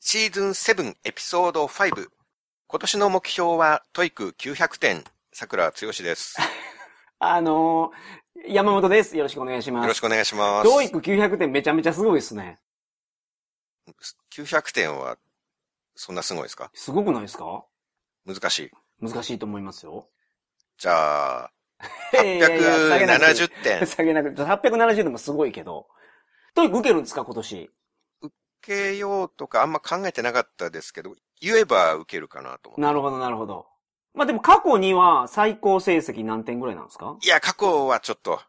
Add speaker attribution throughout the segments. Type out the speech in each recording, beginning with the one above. Speaker 1: シーズン7エピソード5。今年の目標はトイック900点。桜剛 です。
Speaker 2: あのー、山本です。よろしくお願いします。
Speaker 1: よろしくお願いします。
Speaker 2: 教育900点めちゃめちゃすごいですね。
Speaker 1: 900点は、そんなすごいですか
Speaker 2: すごくないですか
Speaker 1: 難しい。
Speaker 2: 難しいと思いますよ。
Speaker 1: じゃあ、
Speaker 2: いやいやいや下げなくて
Speaker 1: 870点。 受
Speaker 2: 下げなくて、870でもすごいけど。トイック受けるんですか、今年。
Speaker 1: けようとかあんま考えてなかったですけど、言えば受けるかなと思
Speaker 2: なるほど、なるほど。まあ、でも過去には最高成績何点ぐらいなんですか
Speaker 1: う。いや、過去はちょっ と、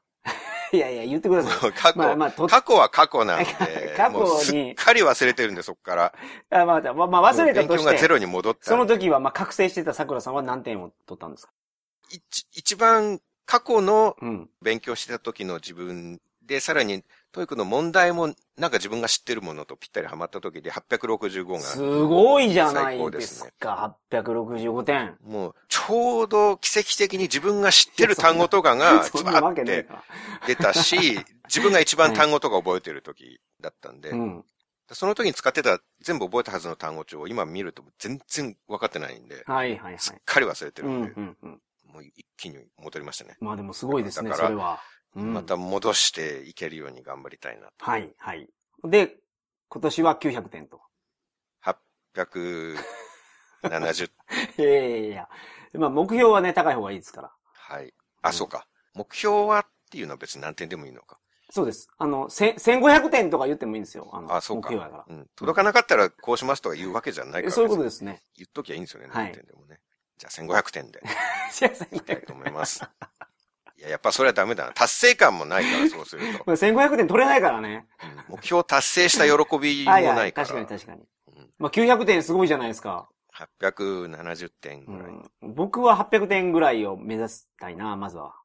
Speaker 2: いやいや、言ってください。
Speaker 1: 過去、
Speaker 2: まあまあ、と、、
Speaker 1: 過去は過去なんで
Speaker 2: 過去に
Speaker 1: もうすっかり忘れてるんで、そこから。
Speaker 2: あまあ、まあ、まあ忘れた
Speaker 1: もう
Speaker 2: と
Speaker 1: 勉強が
Speaker 2: し
Speaker 1: ゼ
Speaker 2: て、
Speaker 1: ロに戻った
Speaker 2: そ
Speaker 1: ん
Speaker 2: の
Speaker 1: で。
Speaker 2: 時は、まあ、覚醒してた桜さんは何点を取ったんですか
Speaker 1: 一一番過去の
Speaker 2: うん。
Speaker 1: 勉強してた時の自分で、さらに、トイックの問題も、なんか自分が知ってるものとぴったりハマった時で865
Speaker 2: す
Speaker 1: が、
Speaker 2: ごいじゃない
Speaker 1: 最高
Speaker 2: で
Speaker 1: です
Speaker 2: す
Speaker 1: ね
Speaker 2: か。865点。
Speaker 1: もう、ちょうど奇跡的に自分が知ってる単語とか が、
Speaker 2: そ
Speaker 1: ズ
Speaker 2: んな
Speaker 1: バ
Speaker 2: わ
Speaker 1: ー
Speaker 2: け
Speaker 1: っ
Speaker 2: ない
Speaker 1: て
Speaker 2: か。
Speaker 1: 出たし、自分が一番単語とか覚えてる時だったんで、
Speaker 2: うん。
Speaker 1: その時に使ってた、全部覚えたはずの単語帳を今見ると全然分かってないんで、
Speaker 2: はいはいはい。
Speaker 1: すっかり忘れてる
Speaker 2: うんんう
Speaker 1: で、
Speaker 2: んうん。
Speaker 1: もう一気に戻りましたね。
Speaker 2: まあでもすごいですね、
Speaker 1: だから
Speaker 2: それは。うん
Speaker 1: また。戻していけるように頑張りたいな。
Speaker 2: はいはい。で、今年は900点 と。
Speaker 1: 170、
Speaker 2: いやいやいや。まあ目標はね、高い方がいいですから。
Speaker 1: はい。
Speaker 2: う
Speaker 1: あ、
Speaker 2: ん
Speaker 1: そうか。目標はっていうのは別に何点でもいいのか。
Speaker 2: そうです。あの、千1500点とか言ってもいいんですよ。あの、
Speaker 1: あそうか
Speaker 2: 目標やか。
Speaker 1: うん。届かなかったらこうしますとか言うわけじゃないからら。
Speaker 2: そういうこと
Speaker 1: 別に
Speaker 2: ですね。
Speaker 1: 言っときゃいいんですよね、
Speaker 2: はい
Speaker 1: 何点でもね。じゃあ1500点で
Speaker 2: いや1500
Speaker 1: いきたい
Speaker 2: 点
Speaker 1: と思います。 いや、やっぱそれはダメだな。達成感もないから、そうすると。
Speaker 2: まあ1500点取れないからね。
Speaker 1: うん目標達成した喜びも
Speaker 2: はい
Speaker 1: な
Speaker 2: はい。
Speaker 1: いから。
Speaker 2: 確かに確かに
Speaker 1: うん。
Speaker 2: まあ900点すごいじゃないですか。
Speaker 1: 870点
Speaker 2: う
Speaker 1: ぐらい。
Speaker 2: ん。僕は800点ぐらいを目指したいな、まずは。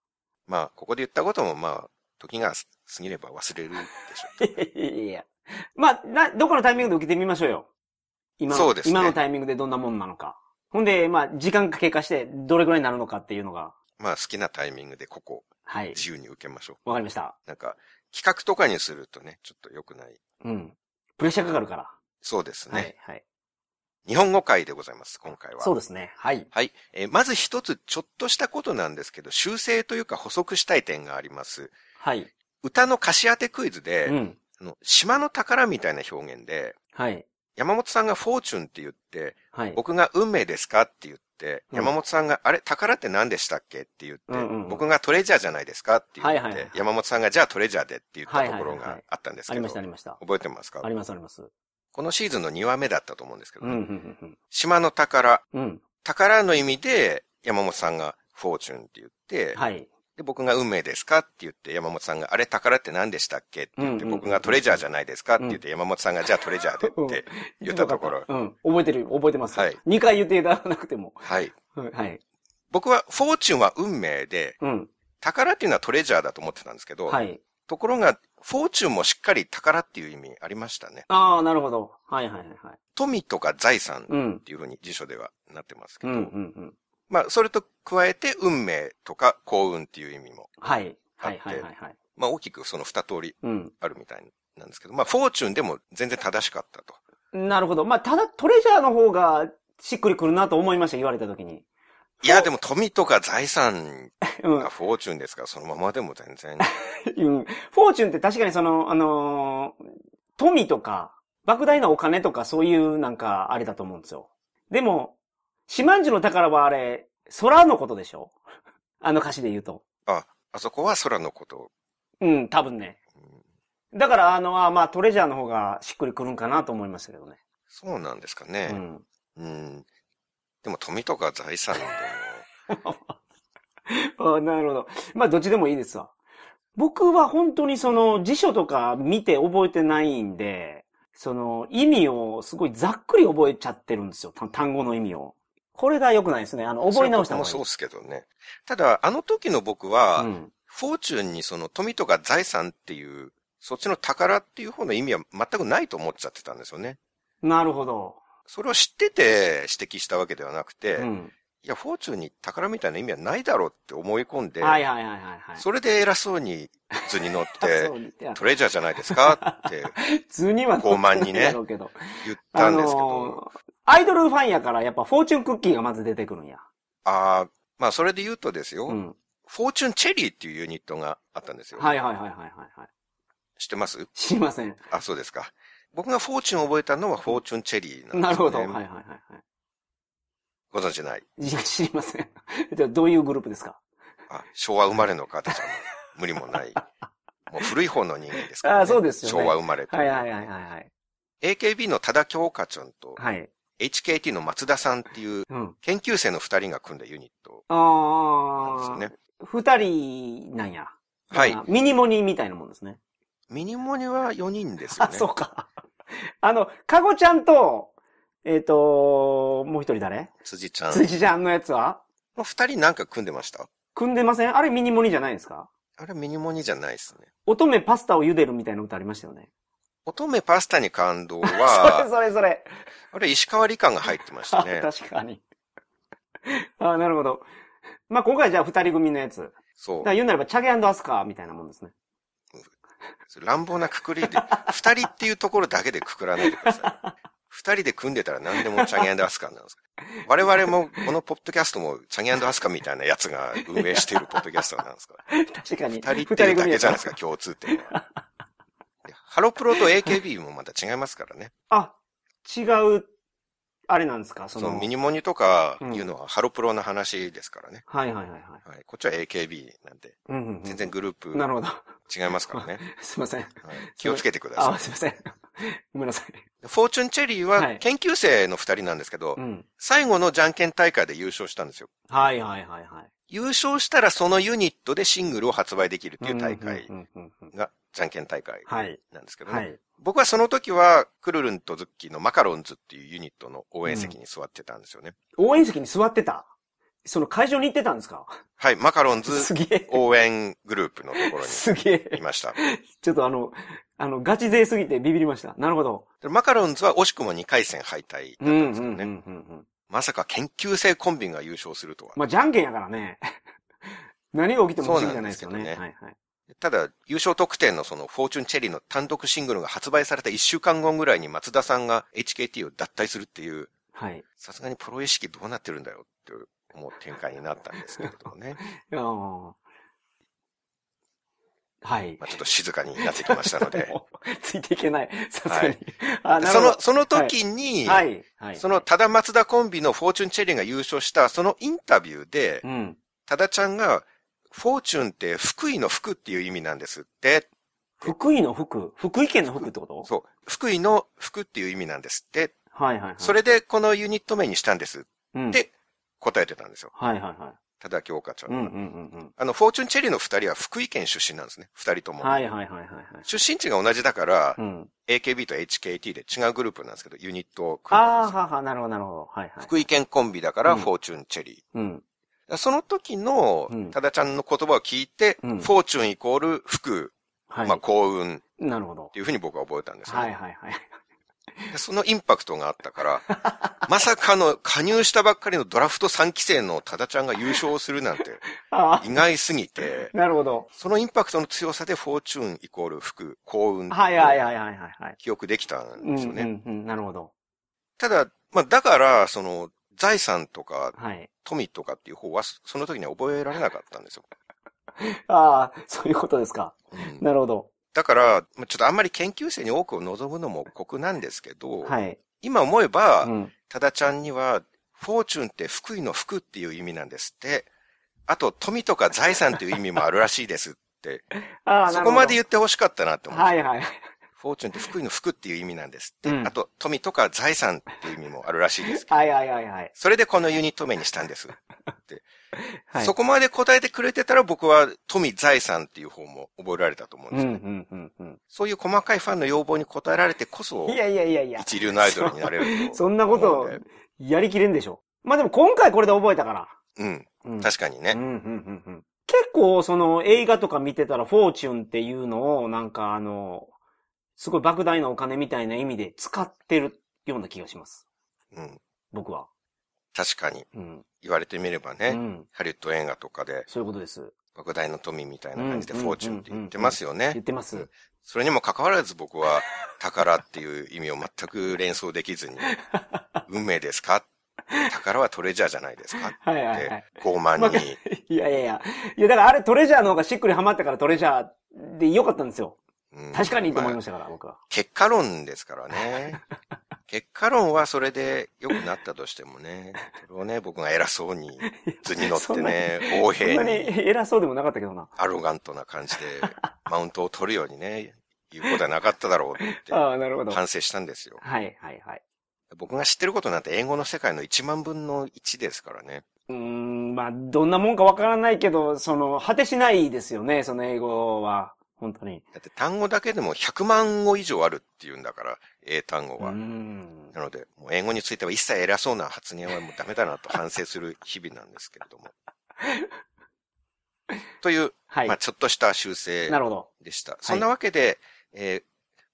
Speaker 1: まあ、ここで言ったことも、まあ、時が過ぎれば忘れるでしょう。
Speaker 2: いや いやいや。まあ、な、どこのタイミングで受けてみましょうよ。今の、
Speaker 1: そうですね
Speaker 2: 今のタイミングでどんなもんなのか。ほんで、まあ、時間が経過して、どれくらいになるのかっていうのが、
Speaker 1: まあ、好きなタイミングでここ、
Speaker 2: はい。
Speaker 1: 自由に受けましょう。
Speaker 2: わかりました。
Speaker 1: なんか、企画とかにするとね、ちょっと良くない。
Speaker 2: うん。プレッシャーかかるから。
Speaker 1: そうですね。
Speaker 2: はい、はい。
Speaker 1: 日本語会でございます、今回は。
Speaker 2: そうですね。はい。
Speaker 1: はい。えーまず一つ、ちょっとしたことなんですけど、修正というか補足したい点があります。
Speaker 2: はい。
Speaker 1: 歌の歌詞当てクイズで、
Speaker 2: うん。
Speaker 1: あの島の宝みたいな表現で、
Speaker 2: はい。
Speaker 1: 山本さんがフォーチュンって言って、
Speaker 2: はい。
Speaker 1: 僕が運命ですかって言って、
Speaker 2: うん
Speaker 1: 山本さんが、あれ、宝って何でしたっけって言って、
Speaker 2: うんうんうん
Speaker 1: 僕がトレジャーじゃないですかって言って、
Speaker 2: はいはいはい
Speaker 1: 山本さんがじゃあトレジャーでって言ったところ
Speaker 2: はいはいはいは
Speaker 1: が
Speaker 2: い
Speaker 1: あったんです
Speaker 2: あ
Speaker 1: け
Speaker 2: り
Speaker 1: ど、
Speaker 2: ました、ありました。
Speaker 1: 覚えてますか
Speaker 2: あります、あります。
Speaker 1: このシーズンの2話目だったと思うんですけど
Speaker 2: うん、
Speaker 1: ね、
Speaker 2: うん、うんうん。
Speaker 1: 島の宝、
Speaker 2: うん。
Speaker 1: 宝の意味で山本さんがフォーチュンって言って、
Speaker 2: はい。
Speaker 1: で、僕が運命ですかって言って山本さんが、あれ宝って何でしたっけって言って、
Speaker 2: うんうんうん
Speaker 1: 僕がトレジャーじゃないですかって言って、山本さんがじゃあトレジャーでって、 言ったところ
Speaker 2: うん。覚えてる、覚えてます。
Speaker 1: はい
Speaker 2: 2回言っていただかなくても。
Speaker 1: はい。
Speaker 2: うんはい。
Speaker 1: 僕はフォーチュンは運命で、
Speaker 2: うん。
Speaker 1: 宝っていうのはトレジャーだと思ってたんですけど、
Speaker 2: はい。
Speaker 1: ところが、フォーチュンもしっかり宝っていう意味ありましたね。
Speaker 2: ああ、なるほど。はい、はい、はいはい。
Speaker 1: 富とか財産っ
Speaker 2: うん。
Speaker 1: ていうふうに辞書ではなってますけ
Speaker 2: う
Speaker 1: ど、
Speaker 2: ん、うん、うん。
Speaker 1: まあ、それと加えて運命とか幸運っていう意味も、
Speaker 2: はい。は
Speaker 1: あっ
Speaker 2: いは
Speaker 1: て
Speaker 2: いはいはい。
Speaker 1: まあ、大きくその二通り
Speaker 2: うん。
Speaker 1: あるみたいなんですけど、まあ、フォーチュンでも全然正しかったと。
Speaker 2: なるほど。まあ、ただ、トレジャーの方がしっくりくるなと思いました、言われた時に。
Speaker 1: いや、でも富とか財産
Speaker 2: うん。
Speaker 1: がフォーチュンですから、そのままでも全 然。
Speaker 2: うんフォーチュンって確かにその、あのー富とか、莫大なお金とかそういうなんかあれだと思うんですよ。でも、島んじゅの宝はあれ、空のことでしょ あの歌詞で言うと。
Speaker 1: あ、あそこは空のこと。
Speaker 2: うん、多分ね。
Speaker 1: うん
Speaker 2: だから、あの、あまあ、トレジャーの方がしっくりくるんかなと思いましたけどね。
Speaker 1: そうなんですか
Speaker 2: う
Speaker 1: ね。
Speaker 2: ん。
Speaker 1: うん。でも富とか財産でも、
Speaker 2: あなるほど。まあ、どっちでもいいですわ。僕は本当にその辞書とか見て覚えてないんで、その意味をすごいざっくり覚えちゃってるんですよ。単単語の意味を。これが良くないですね。あの、覚え直した方がいい。
Speaker 1: そういうこともそうですけどね。ただ、あの時の僕は、フォーチュンにその富とか財産っていう、そっちの宝っていう方の意味は全くないと思っちゃってたんですよね。
Speaker 2: うん。なるほど。
Speaker 1: それを知ってて指摘したわけではなくて、
Speaker 2: うん。
Speaker 1: いや、フォーチュンに宝みたいな意味はないだろうって思い込んで、
Speaker 2: はいはいはいはい、はい。
Speaker 1: それで偉そうに図に乗って、
Speaker 2: そういや
Speaker 1: トレジャーじゃないですかって
Speaker 2: 普通には
Speaker 1: 傲慢にね
Speaker 2: 乗ってないだろうけど。
Speaker 1: 言ったんですけ
Speaker 2: あ
Speaker 1: ど、
Speaker 2: のーアイドルファンやから、やっぱフォーチュンクッキーがまず出てくるんや。
Speaker 1: ああ、まあそれで言うとですよ、
Speaker 2: うん。
Speaker 1: フォーチュンチェリーっていうユニットがあったんですよ。
Speaker 2: はいはいはいはいはいはい。
Speaker 1: 知ってます
Speaker 2: 知りません。
Speaker 1: あ、そうですか。僕がフォーチュンを覚えたのはフォーチュンチェリーなんです、ね。
Speaker 2: なるほど。はいはいはいは
Speaker 1: ご存知ない。
Speaker 2: い。いや、知りません。 じゃあ、どういうグループですか
Speaker 1: あ、昭和生まれの方じゃもう無理も ない。もう古い方の人間ですから、ね。
Speaker 2: あそうですよね
Speaker 1: 昭和生まれと。
Speaker 2: はいはいはいはいはい。
Speaker 1: AKB の多田京香ちゃんと、
Speaker 2: はい。
Speaker 1: HKT の松田さんっていう
Speaker 2: うん。
Speaker 1: 研究生の二人が組んだユニットなんです
Speaker 2: ああ、
Speaker 1: よね。
Speaker 2: 二人なんや。
Speaker 1: はい
Speaker 2: だ。からミニモニみたいなもんですね。
Speaker 1: ミニモニは4人ですよ
Speaker 2: あ、
Speaker 1: ね。
Speaker 2: そうか。 あの、かごちゃんと、えっ、と、もう一人誰
Speaker 1: 辻ちゃん。
Speaker 2: 辻ちゃんのやつは
Speaker 1: の二人なんか組んでました
Speaker 2: 組んでませんあれミニモニじゃないですか
Speaker 1: あれミニモニじゃないですね。
Speaker 2: 乙女パスタを茹でるみたいな歌ありましたよね。
Speaker 1: 乙女パスタに感動
Speaker 2: それ
Speaker 1: は、
Speaker 2: それそれ。
Speaker 1: あれ石川理香が入ってました
Speaker 2: あ
Speaker 1: ね。
Speaker 2: 確かに。あなるほど。まあ、今回じゃあ二人組のやつ。だか
Speaker 1: そう
Speaker 2: ら。言うなれば、チャゲアスカーみたいなもんですね。
Speaker 1: 乱暴なくくりで、二人っていうところだけでくくらないでください。二人で組んでたら何でもチャゲアスカなんです。 我々も、このポッドキャストもチャゲアスカみたいなやつが運営しているポッドキャストなんですから。
Speaker 2: 確かに。
Speaker 1: 二人っていうだけじゃないです
Speaker 2: か。
Speaker 1: か、共通点は。でハロプロと AKB もまた違いますからね。
Speaker 2: あ、違う、あれなんですかそ
Speaker 1: そ
Speaker 2: の。
Speaker 1: のミニモニとかいうのはハロプロの話ですからね。
Speaker 2: はいはいはいはい。
Speaker 1: はい、こっちは AKB なんで、
Speaker 2: うんうんうん
Speaker 1: 全然グループ
Speaker 2: なるほど。
Speaker 1: 違いますからね。
Speaker 2: すいません。
Speaker 1: はい気をつけてくださ
Speaker 2: あ、すいません。 ごめんなさい。
Speaker 1: い。フォーチュンチェリー
Speaker 2: は
Speaker 1: はい研究生の二人なんですけど、
Speaker 2: うん。
Speaker 1: 最後のじゃんけん大会で優勝したんですよ。
Speaker 2: はいはいはいはい。
Speaker 1: 優勝したらそのユニットでシングルを発売できるっていう大会
Speaker 2: うんうんうんうん
Speaker 1: がじゃんけん大会
Speaker 2: はい。
Speaker 1: なんですけどね。
Speaker 2: はい。
Speaker 1: 僕はその時はクルルンとズッキーのマカロンズっていうユニットの応援席に座ってたんですよね。
Speaker 2: 応援席に座ってたその会場に行ってたんですか
Speaker 1: はい、マカロンズ
Speaker 2: すげ え。
Speaker 1: 応援グループのところ
Speaker 2: す
Speaker 1: に
Speaker 2: げ
Speaker 1: い
Speaker 2: え。
Speaker 1: ました。
Speaker 2: ちょっとあの、あの、ガチ勢すぎてビビりました。なるほど。
Speaker 1: でマカロンズは惜しくも2回戦敗退だったんですけどね。
Speaker 2: うんうんうん。
Speaker 1: まさか研究生コンビが優勝するとは。
Speaker 2: まあ、じゃんけんやからね。 何が起きても不思議じゃないですよね。
Speaker 1: そうなんですけどね
Speaker 2: はいはい。
Speaker 1: ただ、優勝得点のその、フォーチュンチェリーの単独シングルが発売された1週間後ぐらいに松田さんが HKT を脱退するっていう、
Speaker 2: はい。
Speaker 1: さすがにプロ意識どうなってるんだよって思う展開になったんですけれどもね。
Speaker 2: あーはい
Speaker 1: まあ。ちょっと静かになってきましたので。
Speaker 2: もう ついていけない。さすがに。あ、なる
Speaker 1: そ
Speaker 2: ほど
Speaker 1: の、その時に、
Speaker 2: はい。はい。
Speaker 1: その、ただ松田コンビのフォーチュンチェリーが優勝した、そのインタビューで
Speaker 2: う、ん。
Speaker 1: ただちゃんが、フォーチュンって福井の福っていう意味なんですって、
Speaker 2: 福井の福福井県の福ってこと
Speaker 1: そう、福井の福っていう意味なんですって、
Speaker 2: はいはいはい。
Speaker 1: それでこのユニット名にしたんです
Speaker 2: うん
Speaker 1: で答えてたんですよ。
Speaker 2: はいはいは
Speaker 1: ただ京香ちゃん
Speaker 2: い。う
Speaker 1: は。
Speaker 2: んうんうん
Speaker 1: あの、フォーチュンチェリーの二人は福井県出身なんですね。二人と
Speaker 2: うん。
Speaker 1: も。
Speaker 2: はいはいはいはいはい。
Speaker 1: 出身地が同じだから、
Speaker 2: うん。
Speaker 1: AKB と HKT で違うグループなんですけど、ユニットを組んだん
Speaker 2: あ
Speaker 1: で
Speaker 2: あ、
Speaker 1: す
Speaker 2: はは、なるほどなるほど。はいはい。
Speaker 1: 福井県コンビだから、
Speaker 2: うん
Speaker 1: フォーチュンチェリー。
Speaker 2: うん。
Speaker 1: その時の
Speaker 2: うん、
Speaker 1: ただちゃんの言葉を聞いて、
Speaker 2: うん
Speaker 1: フォーチュンイコール福、
Speaker 2: はい。
Speaker 1: まあ幸運っ
Speaker 2: なるほど。
Speaker 1: ていうふうに僕は覚えたんですよ、
Speaker 2: はいはい はい。
Speaker 1: でそのインパクトがあったから、 まさかの加入したばっかりのドラフト3期生のただちゃんが優勝するなん て
Speaker 2: あ
Speaker 1: 意外すぎて、
Speaker 2: あ、なるほど。
Speaker 1: そのインパクトの強さでフォーチュンイコール福、幸運、
Speaker 2: はいはいはいはいはいはい。
Speaker 1: 記憶できたん
Speaker 2: うん
Speaker 1: で
Speaker 2: う
Speaker 1: すよね。
Speaker 2: んうん。なるほど。
Speaker 1: ただ、まあだから、その、財産とか
Speaker 2: はい。
Speaker 1: 富とかっていう方は、そその時には覚えられなかったんですよ。
Speaker 2: ああ、そういうことですか。
Speaker 1: うん
Speaker 2: なるほど。
Speaker 1: だから、まあちょっとあんまり研究生に多くを望むのも酷なんですけど、
Speaker 2: はい。
Speaker 1: 今思えば、
Speaker 2: うん。
Speaker 1: ただちゃんには、フォーチュンって福井の福っていう意味なんですって、あと富とか財産っていう意味もあるらしいですって、
Speaker 2: ああ、
Speaker 1: そこまで
Speaker 2: 言
Speaker 1: 言ってほしかったなって思って、
Speaker 2: はいはい。
Speaker 1: フォーチュンって福井の福っていう意味なんですって、
Speaker 2: うん
Speaker 1: あと富とか財産っていう意味もあるらしいです。
Speaker 2: はいはいはいはい。
Speaker 1: それでこのユニット名にしたんです。
Speaker 2: はい。
Speaker 1: そこまで答えてくれてたら僕は富財産っていう方も覚えられたと思うん
Speaker 2: う
Speaker 1: で
Speaker 2: んう
Speaker 1: すよ、
Speaker 2: んうんうん。
Speaker 1: そういう細かいファンの要望に応えられてこ そ、
Speaker 2: いやいやいやいや。
Speaker 1: 一流のアイドルになれると
Speaker 2: そんなこと、やりきれんでしょ。まあでも今回これで覚えたから。
Speaker 1: うん。
Speaker 2: うん
Speaker 1: 確かにね。
Speaker 2: うんうんうんうん結構その映画とか見てたらフォーチュンっていうのをなんかあの、すごい莫大なお金みたいな意味で使ってるような気がします。
Speaker 1: うん。
Speaker 2: 僕は。
Speaker 1: 確かに
Speaker 2: うん。
Speaker 1: 言われてみればね、
Speaker 2: うん。
Speaker 1: ハリウッド映画とかで、
Speaker 2: そういうことです。
Speaker 1: 莫大な富みたいな感じで
Speaker 2: うん
Speaker 1: フォーチュンって言ってますよ
Speaker 2: 言
Speaker 1: ね。
Speaker 2: ってます。
Speaker 1: それにも関わらず僕は宝っていう意味を全く連想でき ずに、運命ですか宝はトレジャーじゃないですか
Speaker 2: はいは
Speaker 1: っ
Speaker 2: いは
Speaker 1: て
Speaker 2: い。
Speaker 1: 傲慢に。
Speaker 2: いやいやいや。いや、だからあれトレジャーの方がしっくりハマったからトレジャーで良かったんですよ。
Speaker 1: うん
Speaker 2: 確かにと思い
Speaker 1: ま
Speaker 2: ま
Speaker 1: あ
Speaker 2: したから、僕は。
Speaker 1: 結果論ですからね。結果論はそれで良くなったとしてもね、それをね、僕が偉そうに図に乗ってね、横
Speaker 2: そんな
Speaker 1: 平
Speaker 2: に
Speaker 1: に
Speaker 2: 偉そうでもなかったけどな。
Speaker 1: アロガントな感じでマウントを取るようにね、言うことはなかっただろうって
Speaker 2: ああ、なるほど。はい
Speaker 1: 反省したんですよ。
Speaker 2: はいはい。
Speaker 1: 僕が知ってることなんて英語の世界の1万分の1ですからね。
Speaker 2: うーん、まあ、どんなもんかわからないけど、その、果てしないですよね、その英語は。本当に。
Speaker 1: だって単語だけでも100万語以上あるっていうんだから、英単語
Speaker 2: うー
Speaker 1: は。
Speaker 2: ん。
Speaker 1: なので、もう英語については一切偉そうな発言はもうダメだなと反省する日々なんですけれど も。という、
Speaker 2: はい。
Speaker 1: まあちょっとした修正
Speaker 2: なるほど。
Speaker 1: でした。そんなわけで、えー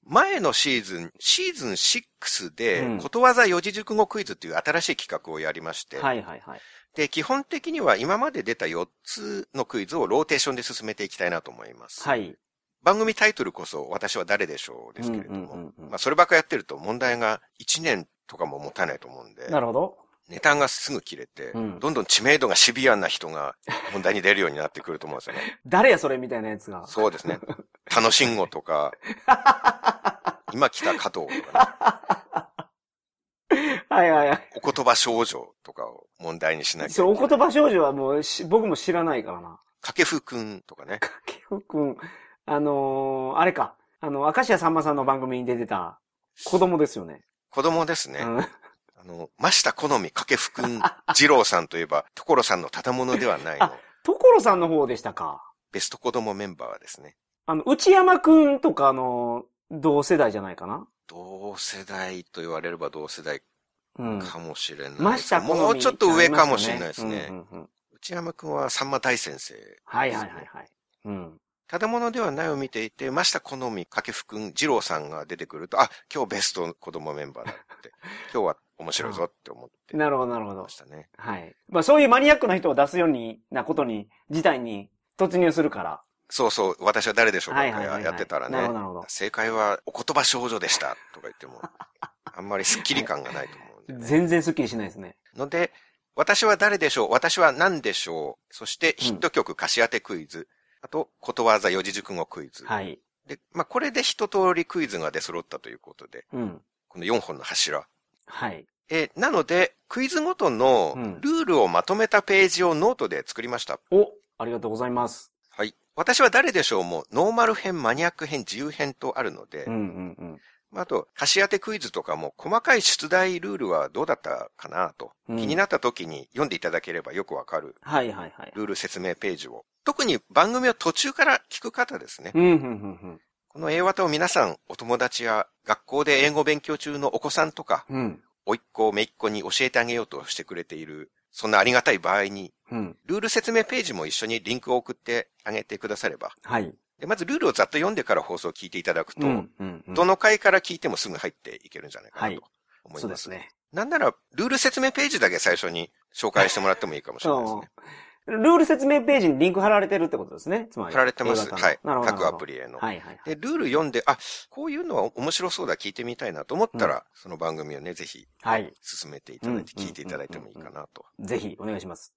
Speaker 1: 前のシーズン、シーズン6で、
Speaker 2: うん
Speaker 1: ことわざ四字熟語クイズという新しい企画をやりまして、
Speaker 2: はいはいはい。
Speaker 1: で、基本的には今まで出た4つのクイズをローテーションで進めていきたいなと思います。
Speaker 2: はい。
Speaker 1: 番組タイトルこそ私は誰でしょうですけれども、
Speaker 2: うんうんうんうん
Speaker 1: まあそればっかやってると問題が1年とかも持たないと思うんで、
Speaker 2: なるほど。
Speaker 1: ネタがすぐ切れて、
Speaker 2: うん
Speaker 1: どんどん知名度がシビアな人が問題に出るようになってくると思うんですよ ね。
Speaker 2: 誰やそれみたいなやつが。
Speaker 1: そうですね。楽しんごと か、今来た加藤とか、ね、
Speaker 2: はいはいはい。
Speaker 1: お言葉少女とかを問題にしなきゃいけ
Speaker 2: そう、
Speaker 1: な
Speaker 2: お
Speaker 1: い。
Speaker 2: 言葉少女はもうし、僕も知らないからな。
Speaker 1: 掛布くんとかね。
Speaker 2: かけふくん、あのー、あれか。あの、明石家さんまさんの番組に出てた子供ですよね。
Speaker 1: 子供ですね。
Speaker 2: うん
Speaker 1: あの、真下好み掛布くん、二郎さんといえ ば、所さんのたものではないの
Speaker 2: あ。所さんの方でしたか。
Speaker 1: ベスト子供メンバーですね。
Speaker 2: あの、内山くんとかの、同世代じゃないかな。
Speaker 1: 同世代と言われれば同世代
Speaker 2: うん。
Speaker 1: かもしれない。
Speaker 2: ました
Speaker 1: もうちょっと上かもしれないですね。
Speaker 2: うんうんうん
Speaker 1: 内山くんはさんま大先生。
Speaker 2: はいはいはいはい。うん。
Speaker 1: ただものではないを見ていて、真下好み、掛布くん、二郎さんが出てくると、あ、今日ベスト子供メンバーだ って、今日は面白いぞって思って
Speaker 2: なるほどなるほど
Speaker 1: まし。たね。
Speaker 2: はい。まあそういうマニアックな人を出すように、なことに、事態に突入するから。
Speaker 1: そうそう、私は誰でしょうか
Speaker 2: はい
Speaker 1: と
Speaker 2: は
Speaker 1: か
Speaker 2: いはいはい。
Speaker 1: やってたらね
Speaker 2: なる、ほどなるほど。
Speaker 1: 正解はお言葉少女でしたとか言っても、あんまりスッキリ感がないと思うんで、ね。
Speaker 2: 全然スッキリしないですね。
Speaker 1: ので、私は誰でしょう私は何でしょうそしてヒット曲歌詞当てクイズ。あと、ことわざ四字熟語クイズ。
Speaker 2: はい。
Speaker 1: で、まあ、これで一通りクイズが出揃ったということで、
Speaker 2: うん。
Speaker 1: この4本の柱。
Speaker 2: はい。
Speaker 1: え、なので、クイズごとの
Speaker 2: うん
Speaker 1: ルールをまとめたページをノートで作りました。
Speaker 2: お、ありがとうございます。
Speaker 1: はい。私は誰でしょうも、ノーマル編、マニアック編、自由編とあるので、
Speaker 2: うんうんうん。
Speaker 1: まああと、貸し当てクイズとかも、細かい出題ルールはどうだったかなと、
Speaker 2: うん
Speaker 1: 気になった時に読んでいただければよくわかる
Speaker 2: はいはいはい。
Speaker 1: ルール説明ページを。特に番組を途中から聞く方ですね。
Speaker 2: うんうんうん
Speaker 1: この英和と皆さん、お友達や学校で英語勉強中のお子さんとか、
Speaker 2: うん。うん。
Speaker 1: おいっ子、めいっ子に教えてあげようとしてくれている、そんなありがたい場合に、
Speaker 2: うん。
Speaker 1: ルール説明ページも一緒にリンクを送ってあげてくだされば。
Speaker 2: はい。
Speaker 1: でまずルールをざっと読んでから放送を聞いていただくと、
Speaker 2: うんうんうん。
Speaker 1: どの回から聞いてもすぐ入っていけるんじゃないかな
Speaker 2: はい
Speaker 1: と思います。
Speaker 2: そうですね。
Speaker 1: なんなら、ルール説明ページだけ最初に紹介してもらってもいいかもしれないですね。
Speaker 2: うんルール説明ページにリンク貼られてるってことですね。つまり。
Speaker 1: 貼られてます。
Speaker 2: 映画
Speaker 1: はい。
Speaker 2: 館のなるほど。
Speaker 1: 各アプ
Speaker 2: リ
Speaker 1: リへの。
Speaker 2: はいはいはい。
Speaker 1: で、ルール読んで、あ、こういうのは面白そうだ、聞いてみたいなと思ったら、その番組をね、ぜひ
Speaker 2: はい。
Speaker 1: 進めていただいて、
Speaker 2: うん
Speaker 1: 聞いていただいてもいいかなと。
Speaker 2: ぜひ、お願いします。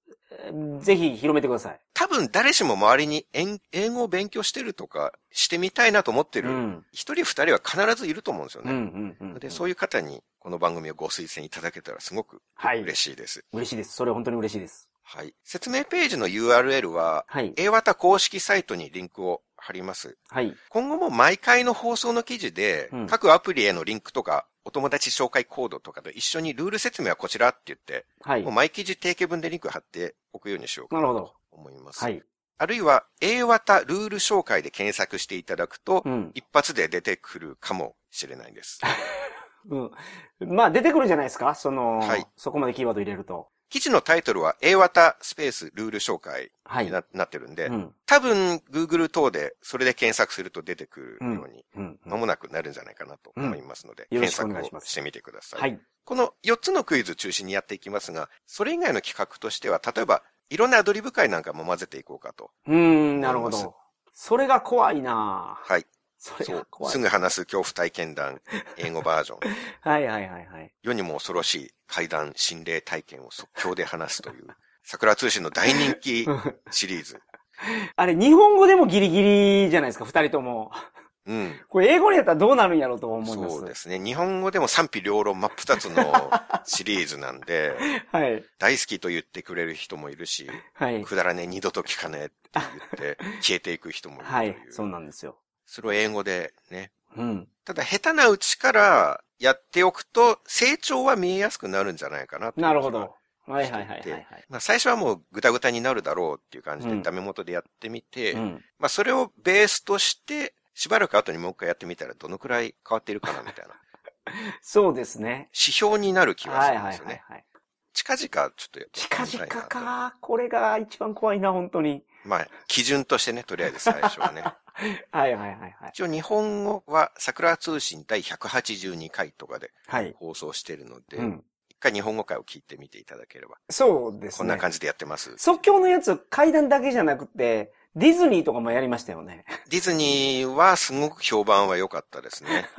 Speaker 2: えーぜひ、広めてください。
Speaker 1: 多分誰しも周りに英英語を勉強してるとか、してみたいなと思って
Speaker 2: う
Speaker 1: る、
Speaker 2: ん。
Speaker 1: 一、人二人は必ずいると思うんですよ
Speaker 2: うんう
Speaker 1: ね。
Speaker 2: んうん。
Speaker 1: で、そういう方に、この番組をご推薦いただけたらすごく
Speaker 2: はい。
Speaker 1: 嬉しいです。
Speaker 2: 嬉しいです。それ本当に嬉しいです。
Speaker 1: はい。説明ページの URL は、
Speaker 2: はい。
Speaker 1: a た公式サイトにリンクを貼ります。
Speaker 2: はい。
Speaker 1: 今後も毎回の放送の記事で、
Speaker 2: うん
Speaker 1: 各アプリへのリンクとか、お友達紹介コードとかと一緒にルール説明はこちらって言って、
Speaker 2: はい。
Speaker 1: もう
Speaker 2: な
Speaker 1: 毎記事定型文でリンク貼っておくようにしようか
Speaker 2: る
Speaker 1: な
Speaker 2: ほ
Speaker 1: と
Speaker 2: ど。
Speaker 1: 思います。
Speaker 2: はい。
Speaker 1: あるいは、英和たルール紹介で検索していただくと
Speaker 2: う、ん。
Speaker 1: 一発で出てくるかもしれないです。
Speaker 2: うん。まあ、出てくるんじゃないですかその、
Speaker 1: はい
Speaker 2: そこまでキーワード入れると。
Speaker 1: 記事のタイトルは A 型スペースルール紹介
Speaker 2: はい。
Speaker 1: にななってるんで、
Speaker 2: うん。
Speaker 1: 多分 Google 等でそれで検索すると出てくるように、
Speaker 2: うん。
Speaker 1: 間もなくなるんじゃないかなと思いますので、
Speaker 2: うんよろ
Speaker 1: 検
Speaker 2: しくお願いします
Speaker 1: 索をしてみてください。
Speaker 2: はい。
Speaker 1: この4つのクイズ中心にやっていきますが、それ以外の企画としては、例えば、いろんなアドリブ会なんかも混ぜていこうかと。
Speaker 2: うーん、なるほ
Speaker 1: 思いま
Speaker 2: ど。それが怖いなぁ
Speaker 1: はい。
Speaker 2: それ
Speaker 1: そ
Speaker 2: が
Speaker 1: う。
Speaker 2: 怖い
Speaker 1: す。ぐ話す恐怖体験談、英語バージョン。
Speaker 2: はいはいはいはい。
Speaker 1: 世にも恐ろしい怪談心霊体験を即興で話すという、 桜通信の大人気シリーズ。
Speaker 2: あれ、日本語でもギリギリじゃないですか、二人とも。
Speaker 1: うん。
Speaker 2: これ英語にやったらどうなるんやろうと思います。
Speaker 1: そうですね。日本語でも賛否両論真っ二つのシリーズなん で、
Speaker 2: はい。
Speaker 1: 大好きと言ってくれる人もいるし、
Speaker 2: はい。
Speaker 1: くだらねえ二度と聞かねえって言って消えていく人もいると
Speaker 2: はい
Speaker 1: い。う。
Speaker 2: そうなんですよ。
Speaker 1: それを英語でね。
Speaker 2: うん。
Speaker 1: ただ下手なうちからやっておくと成長は見えやすくなるんじゃないかなという気は
Speaker 2: なるほど。はいはいはいはいはい。
Speaker 1: まあ最初はもうグタグタになるだろうっていう感じ
Speaker 2: う
Speaker 1: で
Speaker 2: ん
Speaker 1: ダメ元でやってみて、
Speaker 2: うん。
Speaker 1: まあそれをベースとしてしばらく後にもう一回やってみたらどのくらい変わっているかなみたいな
Speaker 2: そうですね。
Speaker 1: 指標になる気が
Speaker 2: は
Speaker 1: す
Speaker 2: い
Speaker 1: るん
Speaker 2: は
Speaker 1: で
Speaker 2: い
Speaker 1: すよ
Speaker 2: はい
Speaker 1: ね。
Speaker 2: はい。
Speaker 1: 近々ちょっとやってみた
Speaker 2: 近
Speaker 1: いな
Speaker 2: 々
Speaker 1: と
Speaker 2: か。これが一番怖いな、本当に。
Speaker 1: まあ基準としてね、とりあえず最初は ね。
Speaker 2: はいはいはいはい。
Speaker 1: 一応日本語は桜通信第182回とかで
Speaker 2: はい。
Speaker 1: 放送してるので、
Speaker 2: うん。
Speaker 1: 一回日本語回を聞いてみていただければ。
Speaker 2: そうですね。
Speaker 1: こんな感じでやってます。
Speaker 2: 即興のやつ、階段だけじゃなくて、ディズニーとかもやりましたよね。
Speaker 1: ディズニーはすごく評判は良かったです ね。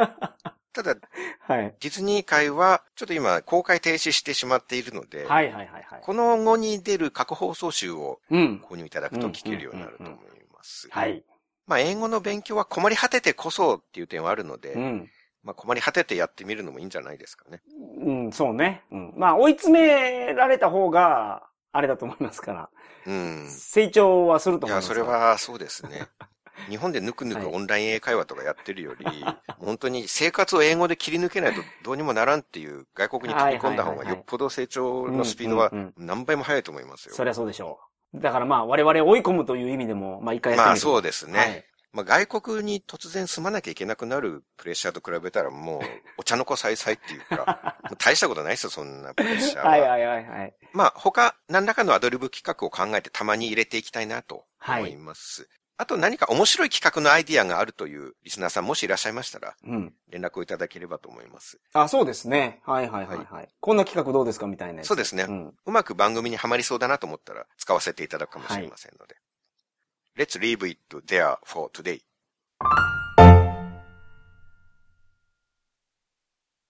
Speaker 1: ただ、デ
Speaker 2: はい。
Speaker 1: ィズニー界はちょっと今公開停止してしまっているので、
Speaker 2: はいはいはいはい。
Speaker 1: この後に出る過去放送集を
Speaker 2: うん。
Speaker 1: 購入いただくと聞けるようになると思います。
Speaker 2: はい。
Speaker 1: まあ英語の勉強は困り果ててこそっていう点はあるので、
Speaker 2: うん。
Speaker 1: まあ困り果ててやってみるのもいいんじゃないですかね。
Speaker 2: うん、そうね。うん。まあ、追い詰められた方が、あれだと思いますから。
Speaker 1: うん。
Speaker 2: 成長はすると
Speaker 1: い
Speaker 2: 思いま
Speaker 1: や、
Speaker 2: す
Speaker 1: そ
Speaker 2: から。
Speaker 1: れはそうです ね。日本でぬくぬ
Speaker 2: はい
Speaker 1: くオンライン英会話とかやってるより、本当に生活を英語で切り抜けないとどうにもならんっていう外国に飛び込んだ方が
Speaker 2: はいはいはいはい
Speaker 1: よっぽど成長のスピードは
Speaker 2: うんうんうん
Speaker 1: 何倍も速いと思います
Speaker 2: そ
Speaker 1: よ。
Speaker 2: りゃそうでしょう。だからまあ、我々を追い込むという意味でも、まあ、一回やってみ
Speaker 1: ま
Speaker 2: る。
Speaker 1: あそう
Speaker 2: で
Speaker 1: ですね。。まあ外国に突然住まなきゃいけなくなるプレッシャーと比べたらもうお茶の子さいさいっていう か、もう大したことないですよ、そんなプレッシャーは。
Speaker 2: はい、はい、はいはいはい。
Speaker 1: まあ他何らかのアドリブ企画を考えてたまに入れていきたいなと思います。あと何か面白い企画のアイディアがあるというリスナーさんもしいらっしゃいましたら
Speaker 2: うん。
Speaker 1: 連絡をいただければと思います。
Speaker 2: あ、そうですね。はいはいはい、はい、こんな企画どうですかみたいなやつ。
Speaker 1: そうですね。う
Speaker 2: うん。
Speaker 1: まく番組にはまりそうだなと思ったら使わせていただくかもしれませんので。Let's leave it there for today.